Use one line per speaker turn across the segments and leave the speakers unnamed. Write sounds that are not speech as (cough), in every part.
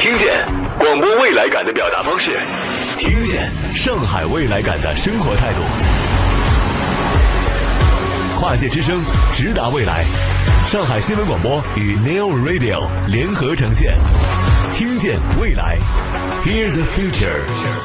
听见广播未来感的表达方式，听见上海未来感的生活态度。跨界之声，直达未来。上海新闻广播与 Neo Radio 联合呈现，听见未来，Hear the future。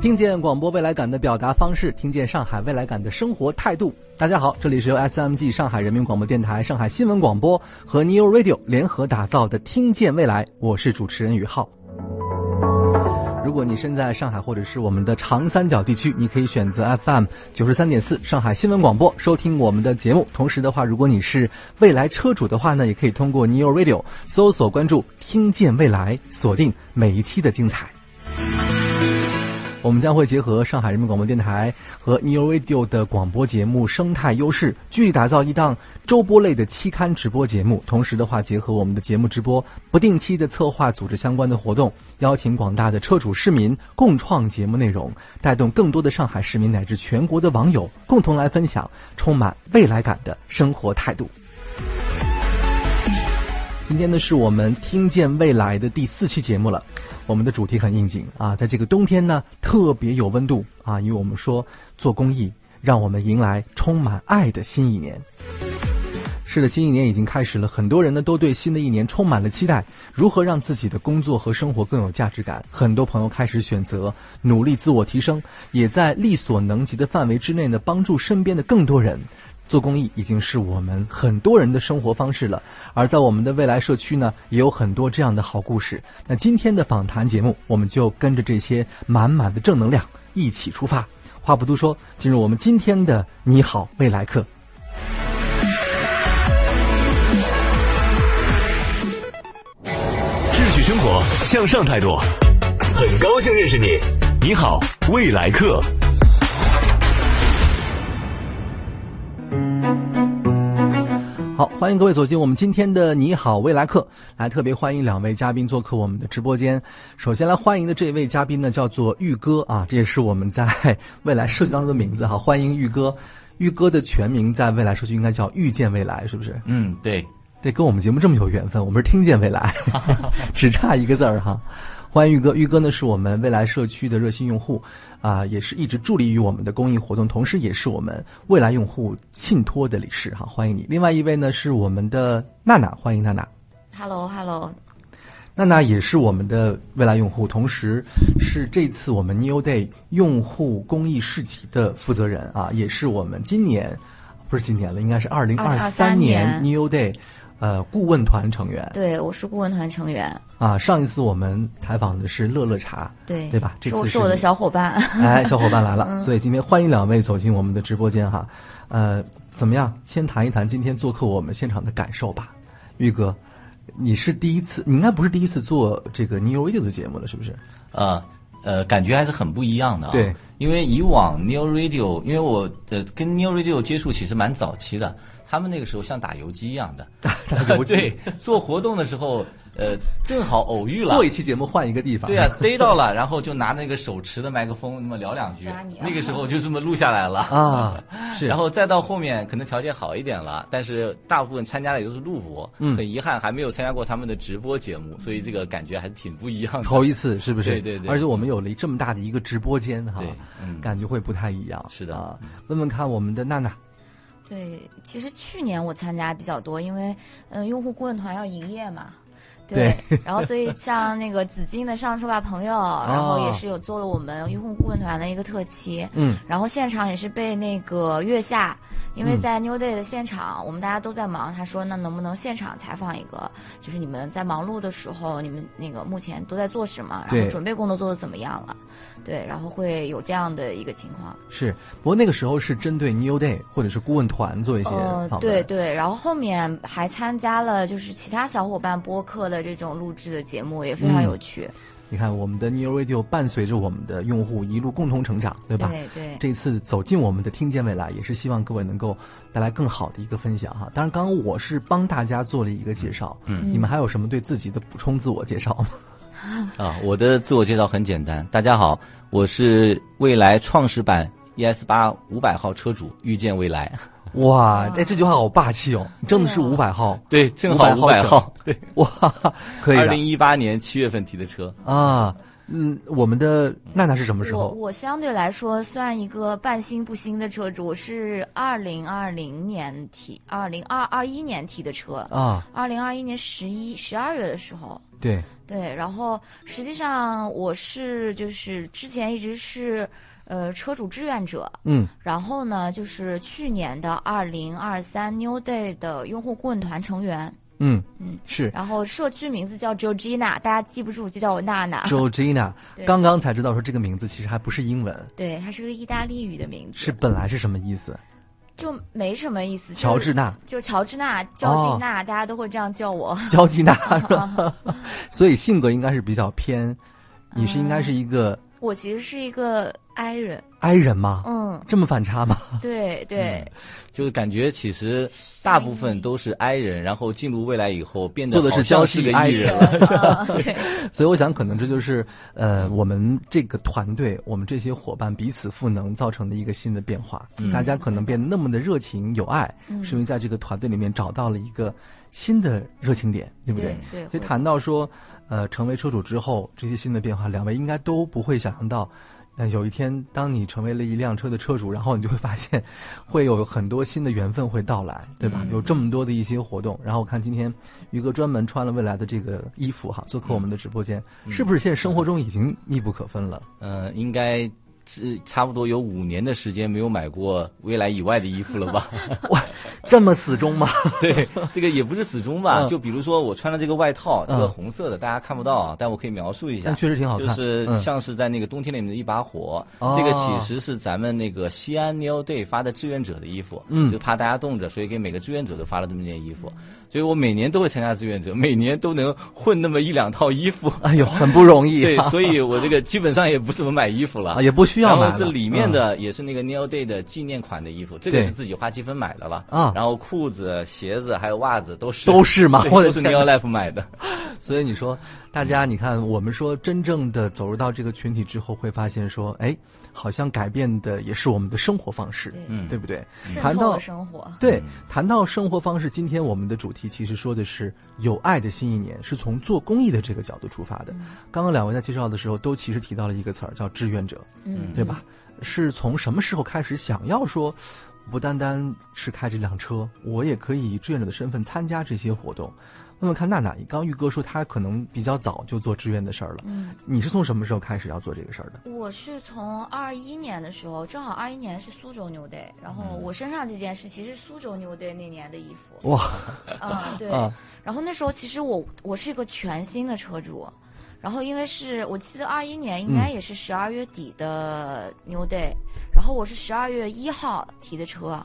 听见广播未来感的表达方式，听见上海未来感的生活态度。大家好，这里是由 SMG 上海人民广播电台、上海新闻广播和 New Radio 联合打造的《听见未来》，我是主持人于浩。如果你身在上海或者是我们的长三角地区，你可以选择 FM 九十三点四上海新闻广播收听我们的节目。同时的话，如果你是未来车主的话呢，也可以通过 New Radio 搜索关注“听见未来”，锁定每一期的精彩。我们将会结合上海人民广播电台和 Neo Radio 的广播节目生态优势，聚力打造一档周播类的期刊直播节目。同时的话，结合我们的节目直播，不定期的策划组织相关的活动，邀请广大的车主市民共创节目内容，带动更多的上海市民乃至全国的网友共同来分享充满未来感的生活态度。今天呢，是我们听见未来的第四期节目了。我们的主题很应景啊，在这个冬天呢，特别有温度啊，因为我们说做公益，让我们迎来充满爱的新一年。是的，新一年已经开始了，很多人呢都对新的一年充满了期待。如何让自己的工作和生活更有价值感？很多朋友开始选择努力自我提升，也在力所能及的范围之内呢，帮助身边的更多人。做公益已经是我们很多人的生活方式了，而在我们的未来社区呢，也有很多这样的好故事。那今天的访谈节目，我们就跟着这些满满的正能量一起出发。话不多说，进入我们今天的“你好，未来课”。
秩序生活，向上态度。很高兴认识你，你好，未来客。
好，欢迎各位走进我们今天的“你好，未来课”。来，特别欢迎两位嘉宾做客我们的直播间。首先来欢迎的这位嘉宾呢，叫做玉哥啊，这也是我们在未来社区当中的名字哈。欢迎玉哥，玉哥的全名在未来社区应该叫遇见未来，是不是？
嗯，对，
这跟我们节目这么有缘分，我们是听见未来， (laughs) 只差一个字儿哈。欢迎玉哥，玉哥呢是我们未来社区的热心用户，啊、也是一直助力于我们的公益活动，同时也是我们未来用户信托的理事哈，欢迎你。另外一位呢是我们的娜娜，欢迎娜娜。
Hello Hello，
娜娜也是我们的未来用户，同时是这次我们 New Day 用户公益市集的负责人啊，也是我们今年不是今年了，应该是二零二三
2023年
New Day 呃顾问团成员
对我是顾问团成员，
啊。上一次我们采访的是乐乐茶，
对
对吧？这
是
次
我是我的
你
小嗯伙伴。
(laughs) 哎，小伙伴来了，所以今天欢迎两位走进我们的直播间哈。呃，怎么样？先谈一谈今天做客我们现场的感受吧，玉哥。你是第一次，你应该不是第一次做这个 New Radio 的节目了，是不是？
呃呃，感觉还是很不一样的啊。
对，
因为以往 New Radio，因为我呃跟 New Radio 接触其实蛮早期的，他们那个时候像打游击一样的，
打游击
(laughs) 对，做活动的时候，呃，正好偶遇了，
做一期节目换一个地方，
啊对啊，逮到了，然后就拿那个手持的麦克风，那么聊两句
抓你，啊
那个时候就这么录下来了 (laughs)
啊，是
然后再到后面，可能条件好一点了，但是大部分参加的也都是录播，嗯，很遗憾还没有参加过他们的直播节目，所以这个感觉还挺不一样的。
头一次是不是？
对对对
而且我们有了这么大的一个直播间哈
对，嗯
感觉会不太一样。
是的
啊，问问看我们的娜娜，
对，其实去年我参加比较多，因为嗯、用户顾问团要营业嘛。然后所以像那个紫金的上车吧
(laughs)
朋友，然后
哦
也是有做了我们用户顾问团的一个
(laughs)
特辑，
嗯，
然后现场也是被那个月下，因为在 New Day 的现场，我们大家都在忙，他说那能不能现场采访一个，就是你们在忙碌的时候，你们那个目前都在做什么，然
对
后准备工作做的怎么样了，对，然后会有这样的一个情况。
是，不过那个时候是针对 New Day 或者是顾问团做一些
呃
访问，，
对对，然后后面还参加了就是其他小伙伴播客的这种录制的节目，也
嗯
非常有趣。
你看，我们的 New Radio 伴随着我们的用户一路共同成长，对吧？
对对
这次走进我们的听见未来，也是希望各位能够带来更好的一个分享哈。当然，刚刚我是帮大家做了一个介绍，嗯，你们还有什么对自己的补充自我介绍吗？
啊，我的自我介绍很简单，大家好，E 我是未来创始版 ES 八五百号车主，遇见未来。
(laughs) (laughs) 哇，哎，这句话好霸气哦！真的是五百号，
(laughs) (laughs) 对，正好
500
百
号
号，对，
哇，可以
二
的
零一八年七月份提的车，
啊。嗯，我们的娜娜是什么时
我
候？
我相对来说算一个半新不新的车主，我是二零二零年提，二零二二一年提的车，
啊，
二零二一年十一十二月的时候，
对，
对，然后实际上我是就是之前一直是呃车主志愿者，
嗯，
然后呢就是去年的二零二三 New Day 的用户顾问团成员，
嗯
嗯，
是
然后社区名字叫 Georgina，大家记不住就叫我娜娜。
(laughs) Georgina。
对
刚刚才知道说这个名字其实还不是英文，
对，它是个意大利语的名字，
是本来是什么意思？
就没什么意思。就是
乔治娜、 (laughs)
就乔治娜、乔吉娜，大家都会这样叫我。 (laughs)
乔吉娜， (laughs) 是吧所以性格应该是比较偏。你是应该是一个
我其实是一个 I 人，
I 人吗？
嗯，
这么反差吗？ (laughs)
对对，
就是感觉其实大部分都是 I 人，然后进入未来以后变得
做的是
好像
交
是
际
个
I
E 人了，
嗯对，
所以我想，可能这就是呃，我们这个团队，我们这些伙伴彼此赋能造成的一个新的变化。
嗯
大家可能变得那么的热情有爱，是因为在这个团队里面找到了一个新的热情点，对不对？
对对
所以
会
谈到说，呃，成为车主之后，这些新的变化，两位应该都不会想象到。呃，有一天，当你成为了一辆车的车主，然后你就会发现，会有很多新的缘分会到来，对
嗯
吧？有这么多的一些活动，然后我看今天于哥专门穿了未来的这个衣服哈，做客我们的直播间，是不是现在生活中已经密不可分
(laughs)
了？
嗯，应该是差不多有五年的时间没有买过未来以外的衣服了吧？
哇，这么死忠吗？ (laughs)
(laughs) 对，这个也不是死忠吧？
嗯
就比如说我穿的这个外套，这个红色的，大家看不到啊，但我可以描述一下，
但确实挺好看
就是
嗯
像是在那个冬天里面的一把火。
哦
这个其实是咱们那个西安 New Day 发的志愿者的衣服，
嗯
就怕大家冻着，所以给每个志愿者都发了这么件衣服。所以我每年都会参加志愿者，每年都能混那么一两套衣服。
哎呦，很不容易。
对，所以我这个基本上也不怎么买衣服
啊
了，
也不需要买了嗯
然后这里面的也是那个 Neo Day 的纪念款的衣服，这个
对
是自己花积分买的了
啊
然后裤子、鞋子还有袜子都是
都是吗
(laughs) 对
我的
都是
天
Neo Life 买的。
所以你说，大家你看，我们说真正的走入到这个群体之后，会发现说，哎，好像改变的也是我们的生活方式，
嗯
对不对？
渗
谈
透
到
了生活。
对，谈到生活方式，今天我们的主题其实说的是有爱的新一年，是从做公益的这个角度出发的。
嗯
刚刚两位在介绍的时候，都其实提到了一个词儿叫志愿者，
嗯，
对吧？是从什么时候开始想要说，不单单是开这辆车，我也可以以志愿者的身份参加这些活动？问问看娜娜，你刚玉哥说他可能比较早就做志愿的事儿了，
嗯，
你是从什么时候开始要做这个事儿的？
我是从二一年的时候，正好二一年是苏州 New Day，然后我身上这件是其实苏州 New Day 那年的衣服，
哇，
嗯，对
啊。
然后那时候其实我我是一个全新的车主，然后因为是我记得二一年应
嗯
该也是十二月底的 New Day，然后我是十二月一号提的车。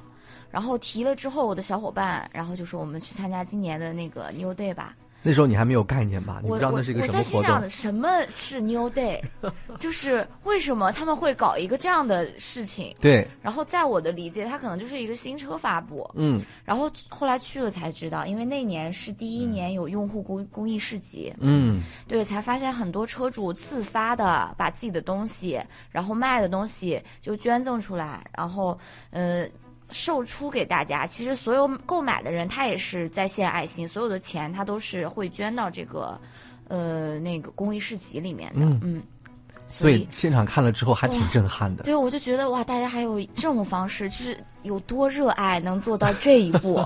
然后提了之后，我的小伙伴，然后就说我们去参加今年的那个 New Day 吧。
那时候你还没有概念吧？你不
我
知道那是一个
我
什
我
么
在心
活
想
动
的，什么是 New Day，就是为什么他们会搞一个这样的事情？
对，
然后在我的理解，它可能就是一个新车发布。
嗯
然后后来去了才知道，因为那年是第一年有用户公公益市集，
嗯，
对，才发现很多车主自发的把自己的东西，然后卖的东西就捐赠出来，然后呃售出给大家。其实所有购买的人他也是在献爱心，所有的钱他都是会捐到这个呃那个公益市集里面的。
嗯
嗯，
所
所
以现场看了之后还挺震撼的。
对，我就觉得哇，大家还有这种方式，就是有多热爱能做到这一步。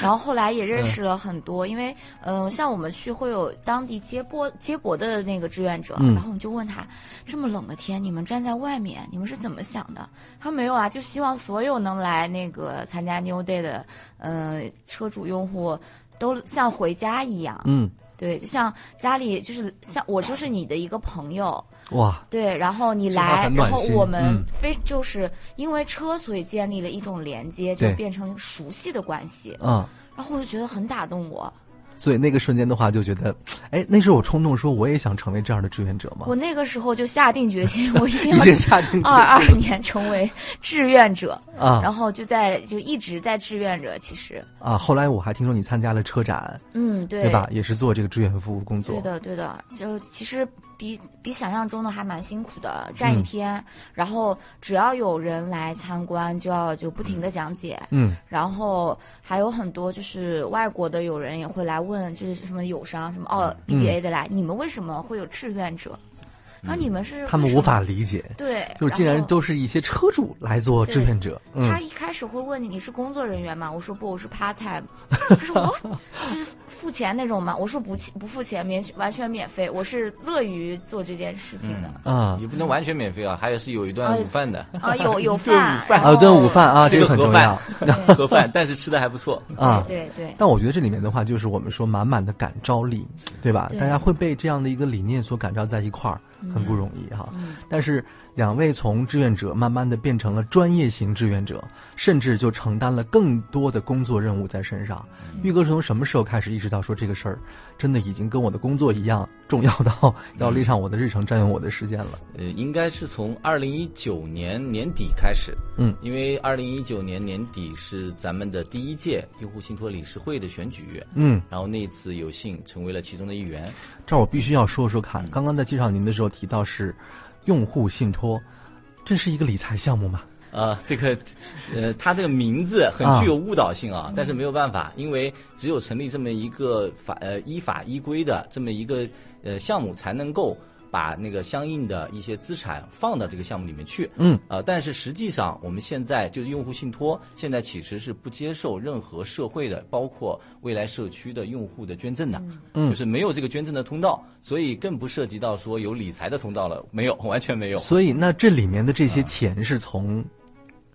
然后后来也认识了很多，因为嗯、呃像我们去会有当地接驳接驳的那个志愿者，
嗯
然后我们就问他，这么冷的天，你们站在外面，你们是怎么想的？他说没有啊，就希望所有能来那个参加 New Day 的嗯、呃车主用户都像回家一样，
嗯，
对，就像家里就是像我就是你的一个朋友。
哇，
对，然后你
这话
来，
很
然
暖
后
心
我们
嗯
非就是因为车，所以建立了一种连接，就
对
变成熟悉的关系。
嗯，
然后我就觉得很打动我。
所以那个瞬间的话，就觉得，哎，那时候我冲动说我也想成为这样的志愿者嘛
我，那个时候就下定决心，我一定
已
要
经下定决
二二
心了
年成为志愿者。
啊
(laughs) 然后就在就一直在志愿者，其实，
啊！后来我还听说你参加了车展，
嗯，对
对吧？也是做这个志愿服务工作。
对的，对的，就其实比比想象中的还蛮辛苦的，站一
嗯
天，然后只要有人来参观，就要就不停的讲解，
嗯，
然后还有很多就是外国的友人也会来问，就是什么友商什么哦
嗯
BBA 的来，你们为什么会有志愿者？然后你们是
他们
为什
无
么
法理解，
对，
就是竟
然
然
后
都是一些车主来做志愿者，嗯
他一开始会问你你是工作人员吗？我说不，我是 part time。他
(laughs)
说我就是付钱那种吗？我说不起不付钱，免完全免费，我是乐于做这件事情的。
啊
也不能完全免费啊，还有是有一段午饭
嗯
的，
啊，
(laughs)
有有饭，然
啊，
后
顿午饭啊，
吃
这个
个
很
盒
重
饭
要，
盒饭，但是吃的还不错。 (laughs)
啊。
对对
但我觉得这里面的话，就是我们说满满的感召力，对吧？
对
大家会被这样的一个理念所感召在一块儿，很不容易哈。但是两位从志愿者慢慢的变成了专业型志愿者，甚至就承担了更多的工作任务在身上。玉哥是从什么时候开始意识到说这个事儿真的已经跟我的工作一样重要到要列上我的日程，占用我的时间了？
呃，应该是从二零一九年年底开始，
嗯
因为二零一九年年底是咱们的第一届用户信托理事会的选举，
嗯，
然后那一次有幸成为了其中的一员。
这儿我必须要说说看，刚刚在介绍您的时候提到是用户信托，这是一个理财项目吗？
呃，这个，呃，它这个名字很具有误导性啊，但是没有办法，因为只有成立这么一个法呃依法依规的这么一个呃项目，才能够把那个相应的一些资产放到这个项目里面去。
嗯，
呃，但是实际上我们现在就是用户信托，现在其实是不接受任何社会的，包括未来社区的用户的捐赠的，嗯，就是没有这个捐赠的通道，所以更不涉及到说有理财的通道了，没有， (laughs) 完全没有。
所以，那这里面的这些钱是从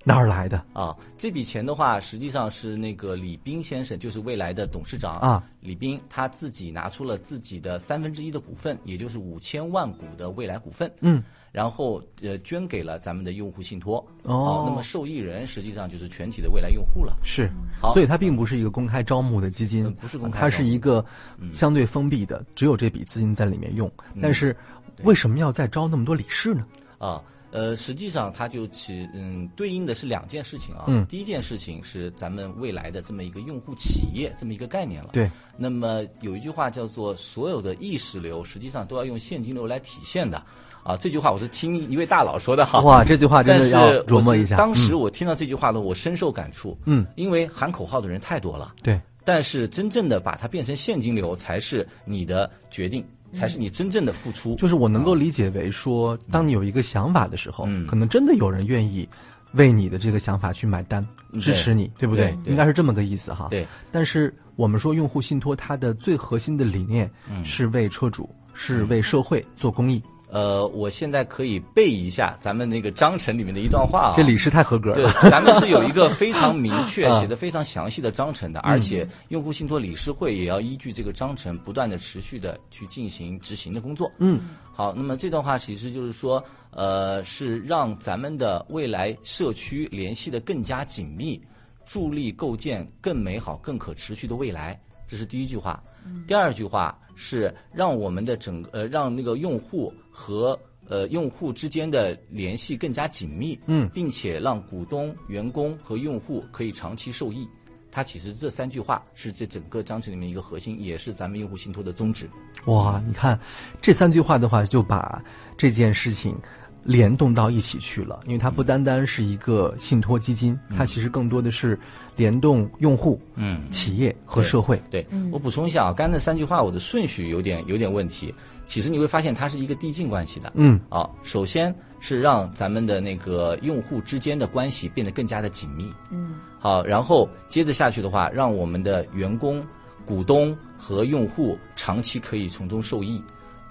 哪儿来的？
啊，这笔钱的话，实际上是那个李斌先生，就是未来的董事长
啊，
李斌他自己拿出了自己的三分之一的股份，也就是五千万股的未来股份，
嗯，
然后呃捐给了咱们的用户信托，
哦
啊那么受益人实际上就是全体的未来用户了。
是
好，
所以它并不是一个公开招募的基金，
嗯不是公开
它
招募嗯
是一个相对封闭的，只有这笔资金在里面用。但是，为什么要再招那么多理事呢？
啊，呃，实际上它就起嗯对应的是两件事情啊。
嗯
第一件事情是咱们未来的这么一个用户企业这么一个概念了。
对。
那么有一句话叫做“所有的意识流实际上都要用现金流来体现的”，啊，这句话我是听一位大佬说的哈。
哇，这句话真
但
的
是
要琢
我
磨
是
一下。
当时
嗯
我听到这句话呢，我深受感触。
嗯，
因为喊口号的人太多了。
对，
但是真正的把它变成现金流，才是你的决定，才是你真正的付出。
嗯就是我能够理解为说，当你有一个想法的时候，
嗯
可能真的有人愿意为你的这个想法去买单，
嗯
支持你，对不
对对
应该是这么个意思哈。
对。
但是我们说，用户信托它的最核心的理念
嗯
是为车主，是为社会做公益。
呃，我现在可以背一下咱们那个章程里面的一段话啊。
这理事太合格
对
了。，
咱们是有一个非常明确、写的非常详细的章程的，而且用户信托理事会也要依据这个章程，不断的持续的去进行执行的工作。
嗯，
好，那么这段话其实就是说，呃，是让咱们的未来社区联系的更加紧密，助力构建更美好、更可持续的未来。这是第一句话。第二句话是让我们的整个呃，让那个用户和呃用户之间的联系更加紧密，
嗯
并且让股东、员工和用户可以长期受益。它其实这三句话是这整个章程里面一个核心，也是咱们用户信托的宗旨。
哇，你看这三句话的话，就把这件事情。联动到一起去了，因为它不单单是一个信托基金，它其实更多的是联动用户、
嗯。
企业和社会。
对，我补充一下啊，刚才那三句话我的顺序有点有点问题。其实你会发现它是一个递进关系的。
嗯，
啊，首先是让咱们的那个用户之间的关系变得更加的紧密。
嗯，
好，然后接着下去的话，让我们的员工、股东和用户长期可以从中受益。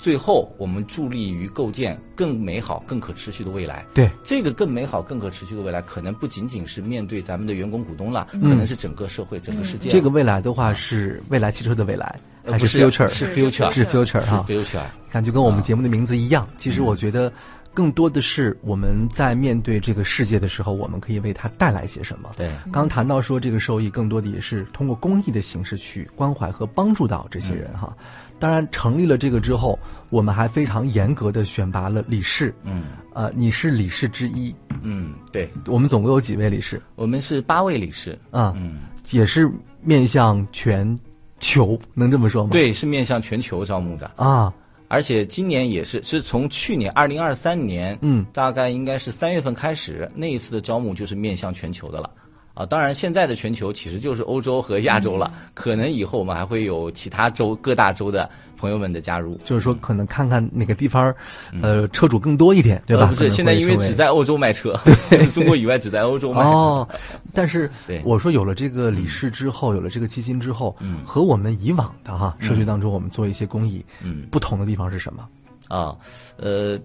最后，我们助力于构建更美好、更可持续的未来。
对，
这个更美好、更可持续的未来，可能不仅仅是面对咱们的员工、股东了，可能是整个社会、整个世界了。
嗯这个未来的话是未来汽车的未来，
呃
还
不是
future？
是
是
future，
是 future
是
哈，
future。
感觉跟我们节目的名字一样。
嗯
其实我觉得，更多的是我们在面对这个世界的时候，我们可以为它带来些什么。
对
刚谈到说这个受益，更多的也是通过公益的形式去关怀和帮助到这些人
嗯
哈。当然，成立了这个之后，我们还非常严格的选拔了理事。
嗯
呃，你是理事之一，
嗯，对，
我们总共有几位理事
我们是八位理事。
啊？
嗯，
也是面向全球，能这么说吗？嗯
对，是面向全球招募的。
啊，
而且今年也是，是从去年二零二三年，
嗯，
大概应该是三月份开始，那一次的招募就是面向全球的了。啊，当然，现在的全球其实就是欧洲和亚洲了，
嗯
可能以后我们还会有其他州、各大洲的朋友们的加入。
就是说，可能看看哪个地方，呃，车主更多一点，对吧？
嗯呃不
可能
是，
会
现在因为
成
只在欧洲卖车， (laughs) 就是中国以外只在欧洲卖。
哦，但是
(laughs) 对嗯
我说有了这个理事之后，有了这个基金之后，和我们以往的哈社区当中我们做一些公益，
嗯
不同的地方是什么？
啊，呃，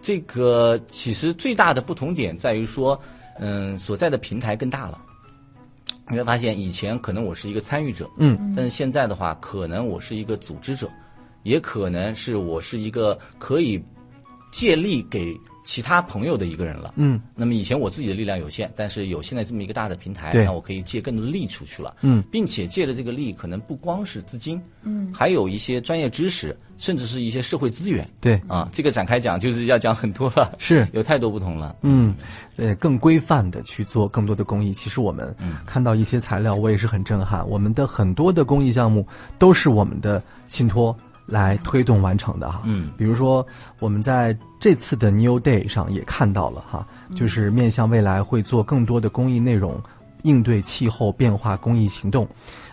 这个其实最大的不同点在于说，嗯，所在的平台更大了。你会发现，以前可能我是一个参与者，
嗯，
但是现在的话，可能我是一个组织者，也可能是我是一个可以借力给其他朋友的一个人了。
嗯，
那么以前我自己的力量有限，但是有现在这么一个大的平台，
对
那我可以借更多的力出去了。
嗯，
并且借着这个力，可能不光是资金，嗯，还有一些专业知识，甚至是一些社会资源。
对，
啊，这个展开讲就是要讲很多了，
是
有太多不同了。
嗯，呃，更规范的去做更多的公益。其实我们看到一些材料，我也是很震撼。我们的很多的公益项目都是我们的信托来推动完成的哈。
嗯，
比如说我们在这次的 New Day 上也看到了哈，就是面向未来会做更多的公益内容，应对气候变化公益行动。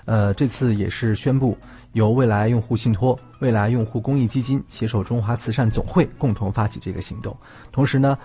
呃，这次也是宣布由未来用户信托、未来用户公益基金携手中华慈善总会共同发起这个行动。同时呢，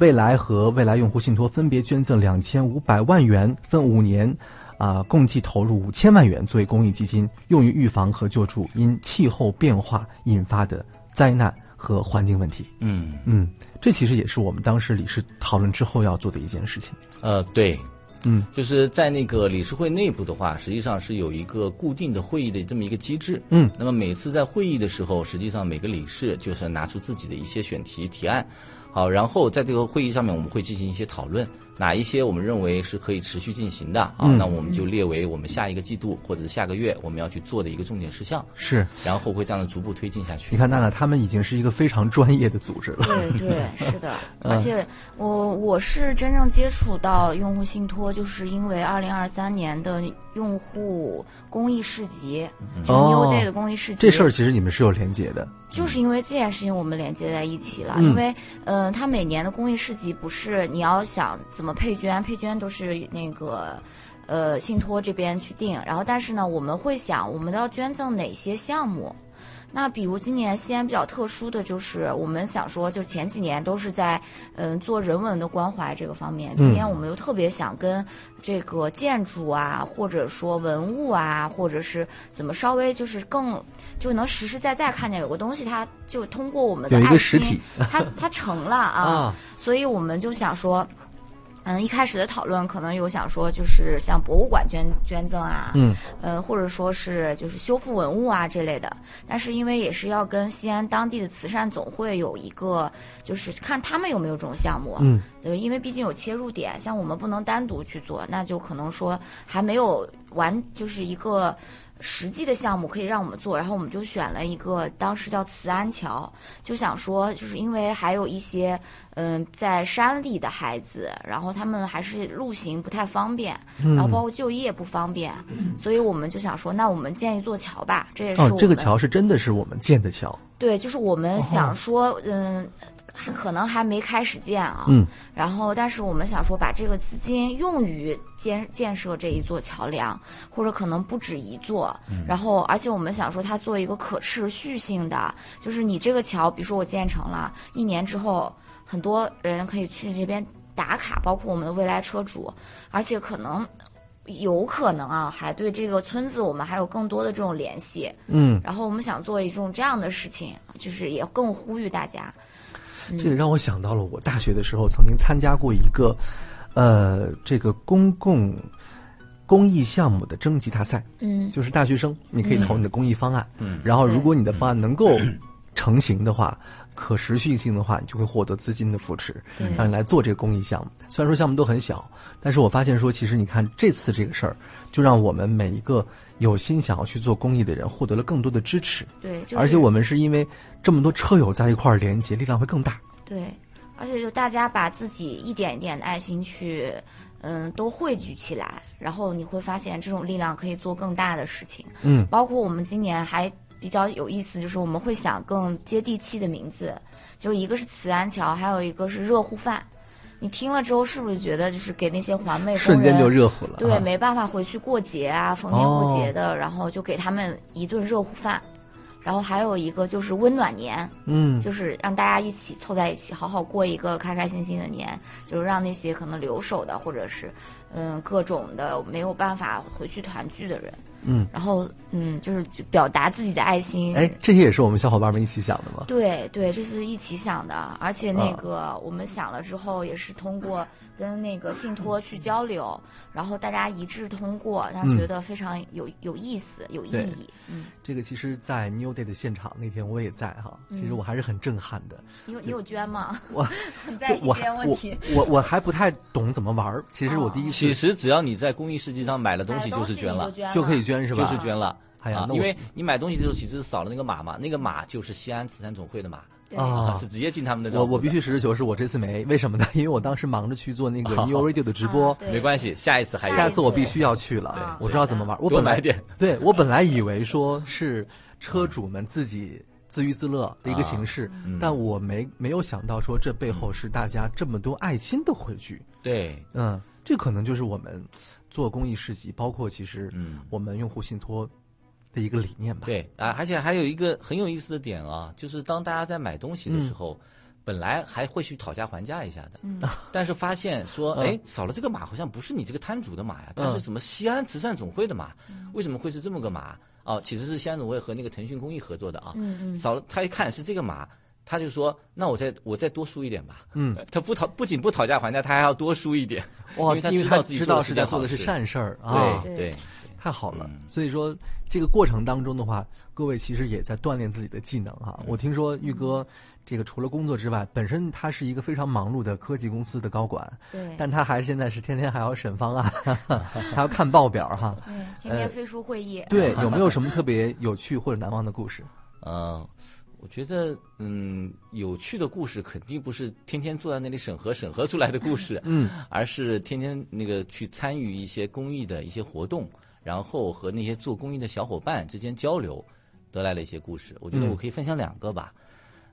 未来和未来用户信托分别捐赠两千五百万元，分五年，啊、共计投入五千万元作为公益基金，用于预防和救助因气候变化引发的灾难和环境问题。
嗯，
嗯，这其实也是我们当时理事讨论之后要做的一件事情。
呃，对，
嗯，
就是在那个理事会内部的话，实际上是有一个固定的会议的这么一个机制。
嗯，
那么每次在会议的时候，实际上每个理事就是拿出自己的一些选题提案，好，然后在这个会议上面我们会进行一些讨论，哪一些我们认为是可以持续进行的啊，
嗯
那我们就列为我们下一个季度或者是下个月我们要去做的一个重点事项，
是，
然后会这样的逐步推进下去。
你看娜娜他们已经是一个非常专业的组织了。 (laughs)
对对，是的，
嗯
而且我我是真正接触到用户信托，就是因为二零二三年的用户公益市集，就是
哦
New Day 的公益市集，
这事儿其实你们是有连结的。
就是因为这件事情，我们连接在一起了。因为，嗯、呃，它每年的公益市集不是你要想怎么配捐，配捐都是那个，呃，信托这边去定。然后，但是呢，我们会想，我们都要捐赠哪些项目？那比如今年西安比较特殊的就是，我们想说，就前几年都是在嗯、呃做人文的关怀这个方面，今
嗯
年我们又特别想跟这个建筑啊，或者说文物啊，或者是怎么稍微就是更就能实实在在看见有个东西，它就通过我们的
有一个
爱
实
心
体，
它它成了
(laughs) 哦
啊，所以我们就想说。嗯，一开始的讨论可能有想说，就是像博物馆捐捐赠啊，
嗯，
呃，或者说是就是修复文物啊这类的。但是因为也是要跟西安当地的慈善总会有一个，就是看他们有没有这种项目，
嗯，
呃，因为毕竟有切入点，像我们不能单独去做，那就可能说还没有完，就是一个。实际的项目可以让我们做，然后我们就选了一个，当时叫慈安桥，就想说，就是因为还有一些，嗯，在山里的孩子，然后他们还是路行不太方便，
嗯
然后包括就业不方便，所以我们就想说，那我们建一座桥吧，这也是我
哦
们、，
这个桥是真的是我们建的桥。
对，就是我们想说，嗯，还可能还没开始建啊，
嗯，
然后但是我们想说，把这个资金用于建建设这一座桥梁，或者可能不止一座，然后而且我们想说，它做一个可持续性的，就是你这个桥，比如说我建成了，一年之后，很多人可以去这边打卡，包括我们的未来车主，而且可能。有可能啊，还对这个村子我们还有更多的这种联系，
嗯，
然后我们想做一种这样的事情，就是也更呼吁大家，嗯
这个让我想到了我大学的时候曾经参加过一个，呃，这个公共公益项目的征集大赛，
嗯，
就是大学生你可以投你的公益方案，嗯，然后如果你的方案能够成型的话，可持续性的话，你就会获得资金的扶持，让你来做这个公益项目。虽然说项目都很小，但是我发现说，其实你看这次这个事儿，就让我们每一个有心想要去做公益的人获得了更多的支持，
对，就是、
而且我们是因为这么多车友在一块儿连接，力量会更大。
对，而且就大家把自己一点一点的爱心去，嗯，都汇聚起来，然后你会发现这种力量可以做更大的事情，
嗯，
包括我们今年还比较有意思，就是我们会想更接地气的名字，就是一个是慈安桥，还有一个是热乎饭。你听了之后，是不是觉得就是给那些环卫工
瞬
人
间就热乎了。
对
啊，
没办法回去过节啊，逢年过节的，
哦
然后就给他们一顿热乎饭。然后还有一个就是温暖年，
嗯，
就是让大家一起凑在一起，好好过一个开开心心的年，就是让那些可能留守的或者是嗯各种的没有办法回去团聚的人，
嗯，
然后嗯就是就表达自己的爱心。
哎，这些也是我们小伙伴们一起想的吗？
对对，这次是一起想的，而且那
啊
个我们想了之后，也是通过跟那个信托去交流，然后大家一致通过，他
嗯
觉得非常有有意思、有意
对
义。嗯，
这个其实，在 New Day 的现场那天我也在哈，其实
嗯
我还是很震撼
(laughs)
的。
你有你有捐吗？ (laughs)
我
你在
对我
一
还
些问
我
题。
我我还不太懂怎么玩儿，其实我
哦
第一
其
次
实只要你在公益市集上买了东
买
西，
了
就是
呃东西
捐
你
了
就。捐
就
了
可以捐是吧？
就是捐了。
哎呀
啊
那我
因为你买东西的时候，其实扫了那个码嘛，那个码就是西安慈善总会的码
对
啊
是直接进他们的账
我
户的。
我必须实事求是，我这次没，为什么呢？ (laughs) 因为我当时忙着去做 (laughs) 那个 New Radio 的直播
啊，对
没关系，下一次还有。
下
下
次我必须要去了，我知道怎么玩。我
多
本
买
来
点，
(laughs) 对我本来以为说是车主们自己自娱自乐的一个形式，
啊嗯
但我没没有想到说这背后是大家这么多爱心的汇聚。
对，
嗯，这可能就是我们做公益市集，包括其实
嗯
我们用户信托的一个理念吧。
对啊，而且还有一个很有意思的点啊，就是当大家在买东西的
嗯
时候，本来还会去讨价还价一下的，嗯、但是发现说，
嗯
哎，扫了这个码好像不是你这个摊主的码呀，它是什么西安慈善总会的码，
嗯
为什么会是这么个码？哦，其实是西安总会和那个腾讯公益合作的啊。
嗯嗯
扫了他一看是这个码。他就说：“那我再我再多输一点吧。”嗯， (laughs) 他不讨不仅不讨价还价，他还要多输一点，
哇，
因为他
因为
知
他
道自己
知
做
道
的
是
是
在
件
做的
好
是
事
善事儿啊，
对
对
对，
太好了。所以说，这个过程当中的话，各位其实也在锻炼自己的技能哈、我听说玉哥，这个除了工作之外，本身他是一个非常忙碌的科技公司的高管，
对
但他还现在是天天还要审方案，还要看报表哈。
对，天天飞书会议。
呃对，有没有什么特别有趣或者难忘的故事？
呃，我觉得，嗯，有趣的故事肯定不是天天坐在那里审核审核出来的故事， (laughs) 嗯，而是天天那个去参与一些公益的一些活动，然后和那些做公益的小伙伴之间交流，得来了一些故事。我觉得我可以分享两个吧。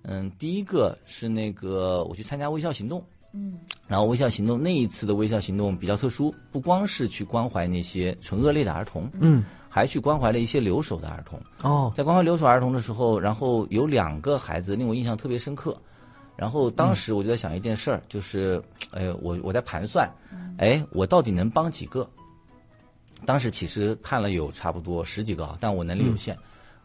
嗯，第一个是那个我去参加微笑行动，
嗯，
然后微笑行动那一次的微笑行动比较特殊，不光是去关怀那些唇腭类的儿童，
嗯，
还去关怀了一些留守的儿童。
哦，
在关怀留守儿童的时候，然后有两个孩子令我印象特别深刻。然后当时我就在想一件事儿，就是，哎，我我在盘算，
嗯
哎，我到底能帮几个？当时其实看了有差不多十几个啊，但我能力有限，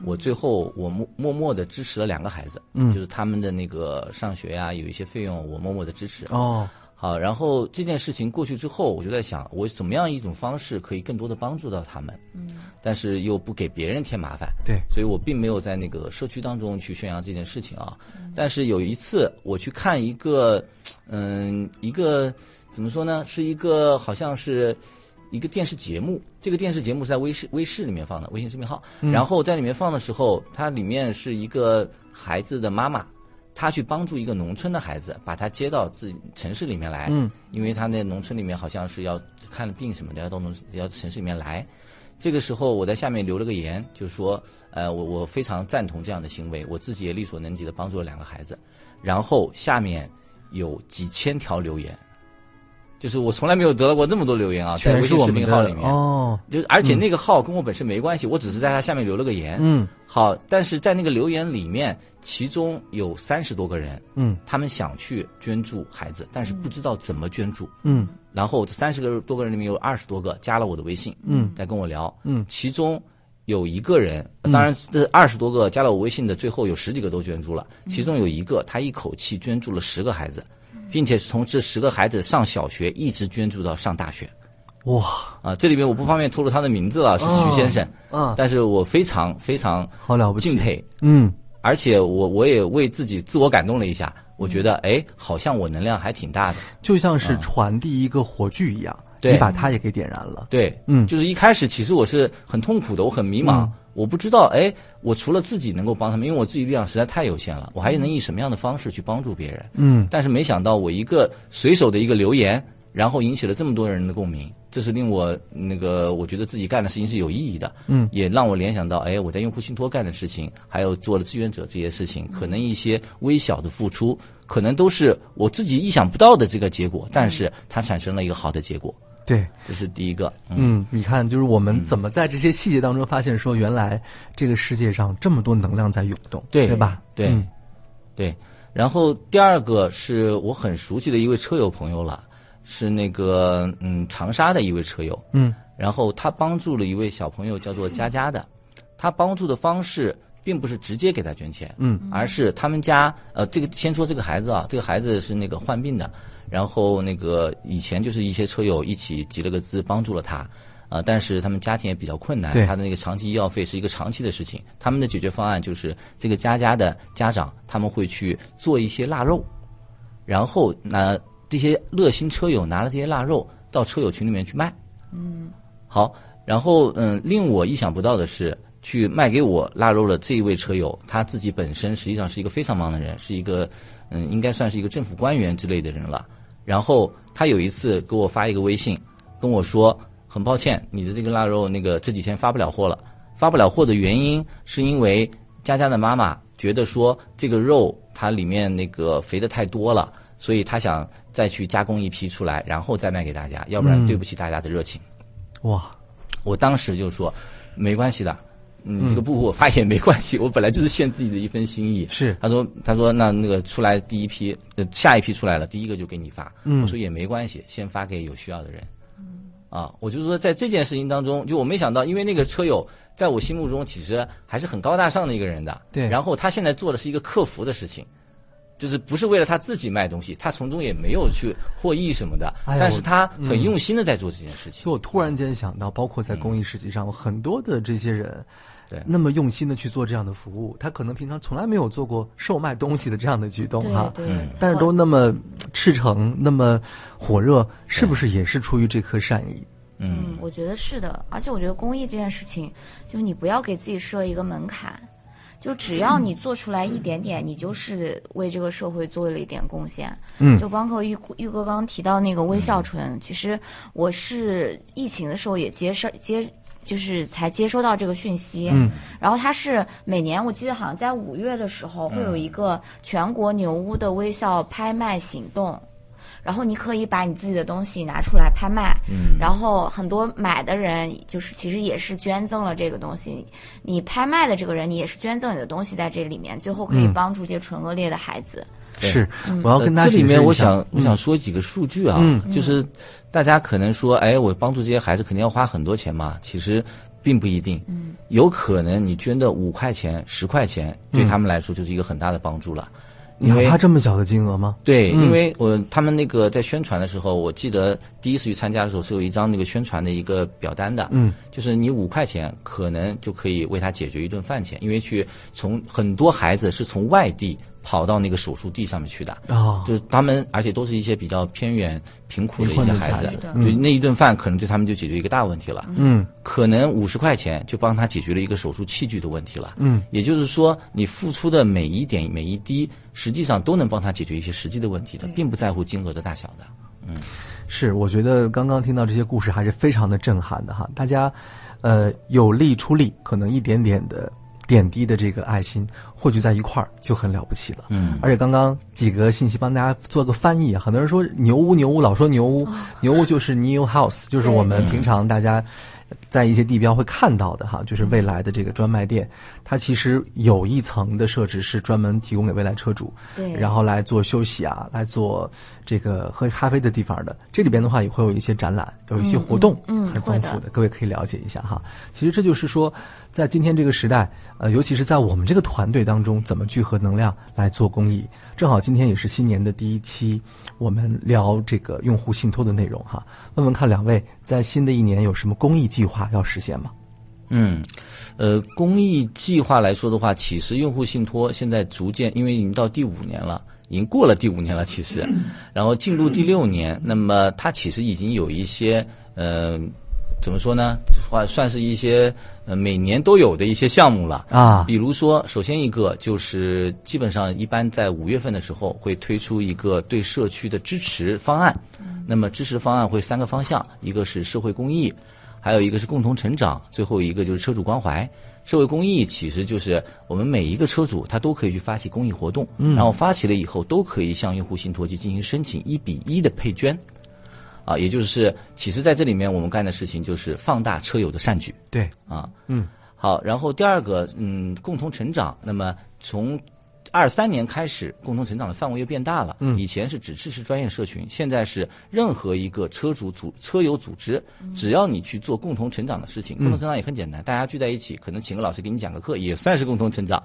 我最后我默默默的支持了两个孩子，
嗯
就是他们的那个上学呀、有一些费用，我默默的支持。
哦，
好，然后这件事情过去之后，我就在想，我怎么样一种方式可以更多的帮助到他们，嗯，但是又不给别人添麻烦，
对，
所以我并没有在那个社区当中去宣扬这件事情啊。但是有一次我去看一个，嗯，一个怎么说呢，是一个好像是。一个电视节目，这个电视节目是在微视微视里面放的，微信视频号。然后在里面放的时候，它里面是一个孩子的妈妈，她去帮助一个农村的孩子，把他接到自己城市里面来。
嗯，
因为他在农村里面好像是要看了病什么的，要到农要到城市里面来。这个时候，我在下面留了个言，就说，呃，我我非常赞同这样的行为，我自己也力所能及的帮助了两个孩子。然后下面有几千条留言，就是我从来没有得到过这么多留言啊，在
全
微
是
信
我
视
们
频号里
的
面，
哦，
就而且那个号跟我本身没关系，我只是在它下面留了个言。
嗯
好，但是在那个留言里面，其中有三十多个人，
嗯
他们想去捐助孩子，但是不知道怎么捐助。
嗯
然后这三十个多个人里面有二十多个加了我的微信，
嗯，
在跟我聊，
嗯
其中有一个人，当然这二十多个加了我微信的，最后有十几个都捐助了，
嗯
其中有一个他一口气捐助了十个孩子，并且从这十个孩子上小学一直捐助到上大学。
哇，
啊，这里面我不方便透露他的名字了，是徐先生，
嗯
但是我非常非常
好了不起
敬佩，
嗯，
而且我我也为自己自我感动了一下，我觉得哎，好像我能量还挺大的，
就像是传递一个火炬一样，
对
你把它也给点燃了。
对，
嗯
就是一开始其实我是很痛苦的，我很迷茫，我不知道，哎，我除了自己能够帮他们，因为我自己力量实在太有限了，我还能以什么样的方式去帮助别人？
嗯，
但是没想到我一个随手的一个留言，然后引起了这么多人的共鸣，这是令我那个我觉得自己干的事情是有意义的，
嗯，
也让我联想到，哎，我在用户信托干的事情，还有做了志愿者这些事情，可能一些微小的付出，可能都是我自己意想不到的这个结果，但是它产生了一个好的结果，
对，
这是第一个，嗯
嗯，你看，就是我们怎么在这些细节当中发现，说原来这个世界上这么多能量在涌动，对
对
吧？
对、
嗯
对。然后第二个是我很熟悉的一位车友朋友了，是那个嗯长沙的一位车友，
嗯，
然后他帮助了一位小朋友叫做佳佳的，他帮助的方式并不是直接给他捐钱，
嗯，
而是他们家呃这个先说这个孩子啊，这个孩子是那个患病的，然后那个以前就是一些车友一起集了个资帮助了他。啊、但是他们家庭也比较困难
对，
他的那个长期医药费是一个长期的事情。他们的解决方案就是，这个佳佳的家长他们会去做一些腊肉，然后拿这些热心车友拿了这些腊肉到车友群里面去卖。嗯，好，然后嗯，令我意想不到的是，去卖给我腊肉的这一位车友，他自己本身实际上是一个非常忙的人，是一个嗯，应该算是一个政府官员之类的人了。然后他有一次给我发一个微信，跟我说很抱歉，你的这个腊肉那个这几天发不了货了。发不了货的原因是因为佳佳的妈妈觉得说这个肉它里面那个肥的太多了，所以她想再去加工一批出来，然后再卖给大家，要不然对不起大家的热情。
哇，
我当时就说，没关系的，你这个不我发也没关系，我本来就是献自己的一份心意。
嗯是
他说他说那那个出来第一批，呃下一批出来了，第一个就给你发。
嗯
我说也没关系，先发给有需要的人。啊，我就说在这件事情当中，就我没想到，因为那个车友在我心目中其实还是很高大上的一个人的。
对
然后他现在做的是一个客服的事情。就是不是为了他自己卖东西，他从中也没有去获益什么的，
哎呀
但
我
是他很用心的在做这件事情。
所以我突然间想到，包括在公益市集上，有很多的这些人，
对
那么用心的去做这样的服务，他可能平常从来没有做过售卖东西的这样的举动
对
哈，
对
嗯，
但是都
会
那么赤诚，那么火热，是不是也是出于这颗善意？
嗯
嗯，我觉得是的，而且我觉得公益这件事情，就是你不要给自己设一个门槛，就只要你做出来一点点，你就是为这个社会做了一点贡献。
嗯
就包括玉玉哥刚刚提到那个微笑唇，其实我是疫情的时候也接受接，就是才接收到这个讯息。
嗯，
然后它是每年我记得好像在五月的时候会有
嗯
一个全国牛屋的微笑拍卖行动。然后你可以把你自己的东西拿出来拍卖，嗯，然后很多买的人就是其实也是捐赠了这个东西，你拍卖的这个人你也是捐赠你的东西在这里面，最后可以
嗯
帮助这些唇腭裂的孩子。
是，我要
呃
跟大家
这里
解
面
释一
我
下
想、我想说几个数据啊，
嗯
就是大家可能说，哎，我帮助这些孩子肯定要花很多钱嘛，其实并不一定，嗯，有可能你捐的五块钱、十块钱，对
嗯
他们来说就是一个很大的帮助了，因为
哪怕这么小的金额吗？
对，因为我他们那个在宣传的时候，我记得第一次去参加的时候是有一张那个宣传的一个表单的，
嗯，
就是你五块钱可能就可以为他解决一顿饭钱，因为去从很多孩子是从外地跑到那个手术地上面去的，
啊、
就是他们，而且都是一些比较偏远、贫苦的一些孩
贫
子
困
的孩，
就那一顿饭可能对他们就解决一个大问题了。
嗯，
可能五十块钱就帮他解决了一个手术器具的问题了。
嗯，
也就是说，你付出的每一点、每一滴，实际上都能帮他解决一些实际的问题的，并不在乎金额的大小的。
是，我觉得刚刚听到这些故事还是非常的震撼的哈。大家，呃，有力出力，可能一点点的点滴的这个爱心汇聚在一块儿就很了不起了。
嗯，
而且刚刚几个信息帮大家做个翻译，啊很多人说牛屋牛屋，老说牛屋，牛屋就是 new house，就是我们平常大家在一些地标会看到的哈，就是未来的这个专卖店，它其实有一层的设置是专门提供给未来车主，
对
然后来做休息啊，来做这个喝咖啡的地方的。这里边的话也会有一些展览，有一些活动，
嗯嗯
很
会
丰
的
富的，各位可以了解一下哈。其实这就是说，在今天这个时代，呃，尤其是在我们这个团队当中，怎么聚合能量来做公益。正好今天也是新年的第一期，我们聊这个用户信托的内容哈。问问看两位，在新的一年有什么公益计划要实现吗？
嗯，呃，公益计划来说的话，其实用户信托现在逐渐，因为已经到第五年了，已经过了第五年了，其实，然后进入第六年，那么它其实已经有一些呃怎么说呢？话算是一些呃每年都有的一些项目了
啊
比如说，首先一个就是基本上一般在五月份的时候会推出一个对社区的支持方案。那么支持方案会三个方向，一个是社会公益，还有一个是共同成长，最后一个就是车主关怀。社会公益其实就是我们每一个车主他都可以去发起公益活动，然后发起了以后都可以向用户信托去进行申请一比一的配捐。啊，也就是其实在这里面我们干的事情就是放大车友的善举
对，
啊。嗯，好，然后第二个，嗯，共同成长。那么从二三年开始，共同成长的范围又变大了。嗯，以前是只支持专业社群，现在是任何一个车主组、车友组织，只要你去做共同成长的事情，共同成长也很简单，大家聚在一起，可能请个老师给你讲个课，也算是共同成 (laughs) 长。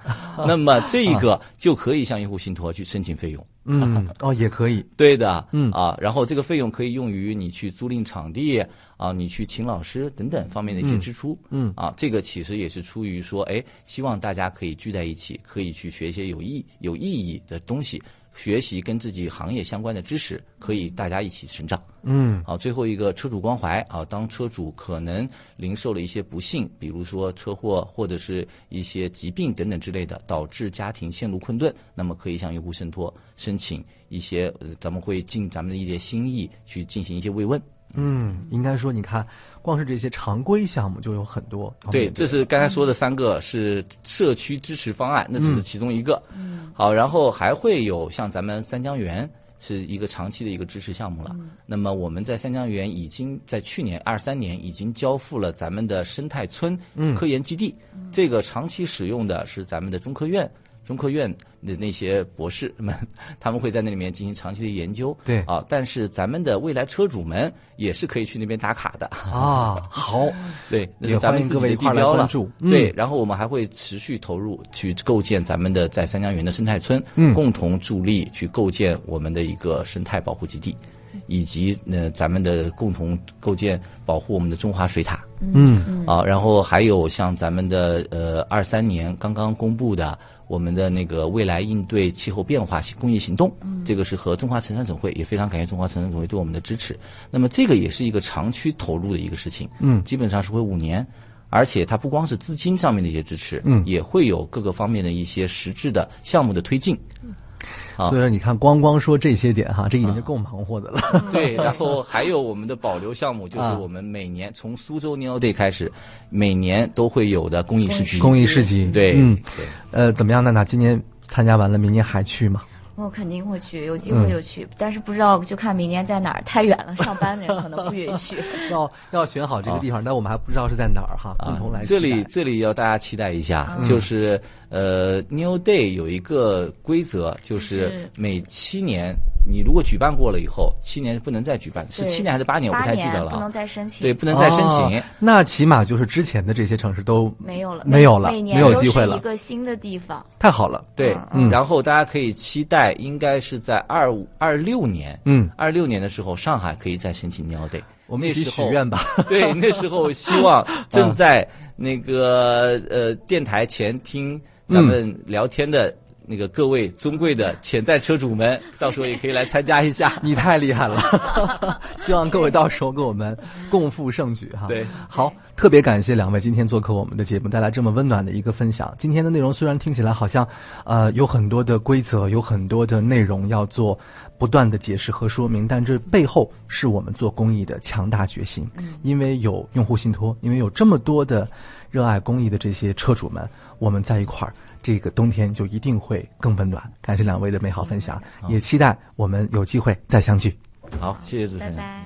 那么这一个就可以向用户信托去申请费用。
嗯， (laughs) 哦，也可以，
对的，
嗯
啊，然后这个费用可以用于你去租赁场地啊，你去请老师等等方面的一些支出，
嗯
啊，这个其实也是出于说，哎，希望大家可以聚在一起，可以去学一些有意有意义的东西，学习跟自己行业相关的知识，可以大家一起成长。
嗯
啊，最后一个车主关怀啊，当车主可能零售了一些不幸，比如说车祸或者是一些疾病等等之类的，导致家庭陷入困顿，那么可以向用户信托申请一些，呃咱们会尽咱们的一些心意去进行一些慰问。
嗯，应该说，你看，光是这些常规项目就有很多，
对，这是刚才说的三个是社区支持方案，那只是其中一个。好，然后还会有像咱们三江源是一个长期的一个支持项目了。那么我们在三江源已经在去年二三年已经交付了咱们的生态村科研基地，这个长期使用的是咱们的中科院。中科院的那些博士 (laughs) 们，他们会在那里面进行长期的研究。
对
啊，但是咱们的未来车主们也是可以去那边打卡的。
啊，好，
对，那
也
是咱
欢
们
迎
自
各
己
位
的
一块
地
儿来
标
关
了
注。嗯
对，然后我们还会持续投入去构建咱们的在三江源的生态村，
嗯
共同助力去构建我们的一个生态保护基地，以及呃咱们的共同构建保护我们的中华水塔。
嗯
啊，然后还有像咱们的呃二三年刚刚公布的我们的那个未来应对气候变化行公益行动，
嗯
这个是和中华城乡总会也非常感谢中华城乡总会对我们的支持。那么这个也是一个长期投入的一个事情，嗯，基本上是会五年。而且它不光是资金上面的一些支持，嗯，也会有各个方面的一些实质的项目的推进，
嗯
啊
所以说你看，光光说这些点哈，这已经就够忙活的了。
(laughs) 对，然后还有我们的保留项目，
啊
就是我们每年从苏州 Neo Day 开始，每年都会有的公益市集，
公益市集，
对，
嗯，
对，
呃，怎么样，娜娜？今年参加完了，明年还去吗？ (laughs)
我肯定会去，有机会就去，但是不知
嗯
道就看明年在哪儿，太远了，上班的人可能不允
(laughs)
许。
要要选好这个地方，但我们还不知道是在哪儿哈，共同来期
啊这
待。
里这里要大家期待一下，
嗯
就是呃，New Day 有一个规则，就是
是
每七年你如果举办过了以后，七年不能再举办，是
对
七年还是八年？我不
八
太记得
年
了
不能
啊。
再申请，
对，不能再申请
哦。那起码就是之前的这些城市都
没有了，
没有了
每
没
年
有
都
机
是
会了
一个新的地方，
太好了。
对
嗯，
然后大家可以期待，应该是在二五二六年，
嗯，
二六年的时候，上海可以再申请 New Day。
我们一
那
起
时
许
候
愿吧。
(laughs)
嗯
对，那时候希
(laughs)
望正在那个呃电台前听咱们聊天的那个各位尊贵的潜在车主们，
嗯
到时候也可以来参加一下。
你太厉
(laughs)
害了， (laughs) 希望各位到时候跟我们共赴盛举哈。
对，
好，特别感谢两位今天做客我们的节目，带来这么温暖的一个分享。今天的内容虽然听起来好像，呃，有很多的规则，有很多的内容要做不断的解释和说明，但这背后是我们做公益的强大决心。因为有用户信托，因为有这么多的热爱公益的这些车主们，我们在一块儿。这个冬天就一定会更温暖。感谢两位的美好分享，也期待我们有机会再相聚。
好，谢谢主持
拜
人。
拜。